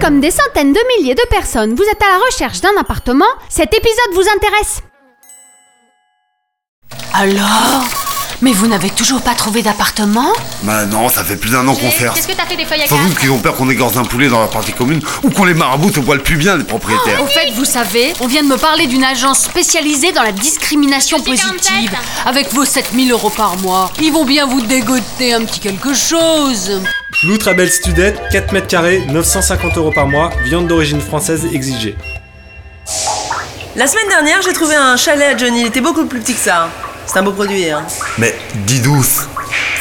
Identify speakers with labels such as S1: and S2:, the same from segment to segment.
S1: comme des centaines de milliers de personnes, vous êtes à la recherche d'un appartement, cet épisode vous intéresse.
S2: Alors Mais vous n'avez toujours pas trouvé d'appartement
S3: Bah non, ça fait plus d'un an qu'on cherche.
S4: Qu'est-ce que t'as fait des feuilles à
S3: Sans
S4: quatre
S3: doute qu'ils ont peur qu'on égorge un poulet dans la partie commune ou qu'on les marabouts se poilent plus bien les propriétaires.
S2: Au fait, vous savez, on vient de me parler d'une agence spécialisée dans la discrimination
S4: Petit 47.
S2: positive. Avec vos 7000 euros par mois, ils vont bien vous dégoter un petit quelque chose.
S5: Loutre belle Studette, 4 mètres carrés, 950 euros par mois, viande d'origine française exigée.
S6: La semaine dernière, j'ai trouvé un chalet à Johnny. Il était beaucoup plus petit que ça. C'est un beau produit, hein.
S3: Mais dis douce,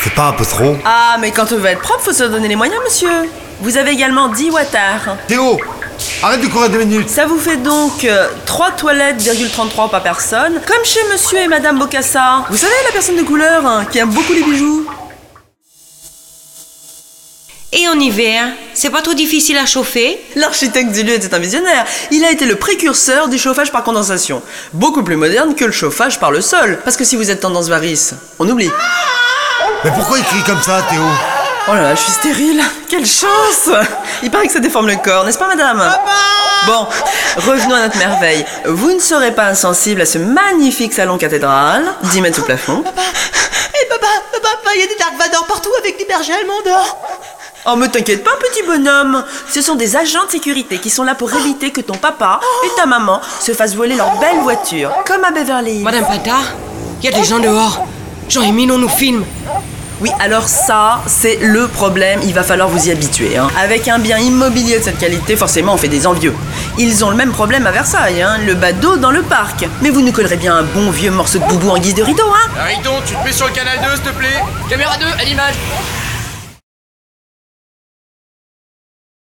S3: c'est pas un peu trop
S6: Ah, mais quand on veut être propre, faut se donner les moyens, monsieur. Vous avez également 10 wattards.
S3: Théo, arrête de courir deux minutes.
S6: Ça vous fait donc 3 toilettes, 33 par personne, comme chez monsieur et madame Bocassa. Vous savez, la personne de couleur hein, qui aime beaucoup les bijoux.
S7: Et en hiver, c'est pas trop difficile à chauffer
S6: L'architecte du lieu était un visionnaire. Il a été le précurseur du chauffage par condensation. Beaucoup plus moderne que le chauffage par le sol. Parce que si vous êtes tendance varice, on oublie.
S3: Mais pourquoi il crie comme ça, Théo
S6: Oh là là, je suis stérile. Quelle chance Il paraît que ça déforme le corps, n'est-ce pas, madame Bon, revenons à notre merveille. Vous ne serez pas insensible à ce magnifique salon cathédrale, 10 mètres sous plafond.
S8: Et papa, papa, il y a des Dark Vador partout avec des bergers allemands dehors.
S6: Oh, mais t'inquiète pas, petit bonhomme. Ce sont des agents de sécurité qui sont là pour éviter que ton papa et ta maman se fassent voler leur belle voiture, comme à Beverly Hills.
S7: Madame Patard, il y a des gens dehors. Jean-Émile, on nous filme.
S6: Oui, alors ça, c'est le problème, il va falloir vous y habituer. hein. Avec un bien immobilier de cette qualité, forcément, on fait des envieux. Ils ont le même problème à Versailles, hein, le badaud dans le parc. Mais vous nous collerez bien un bon vieux morceau de boubou en guise de rideau, hein
S9: Haridon, tu te mets sur le canal 2, s'il te plaît Caméra 2, à l'image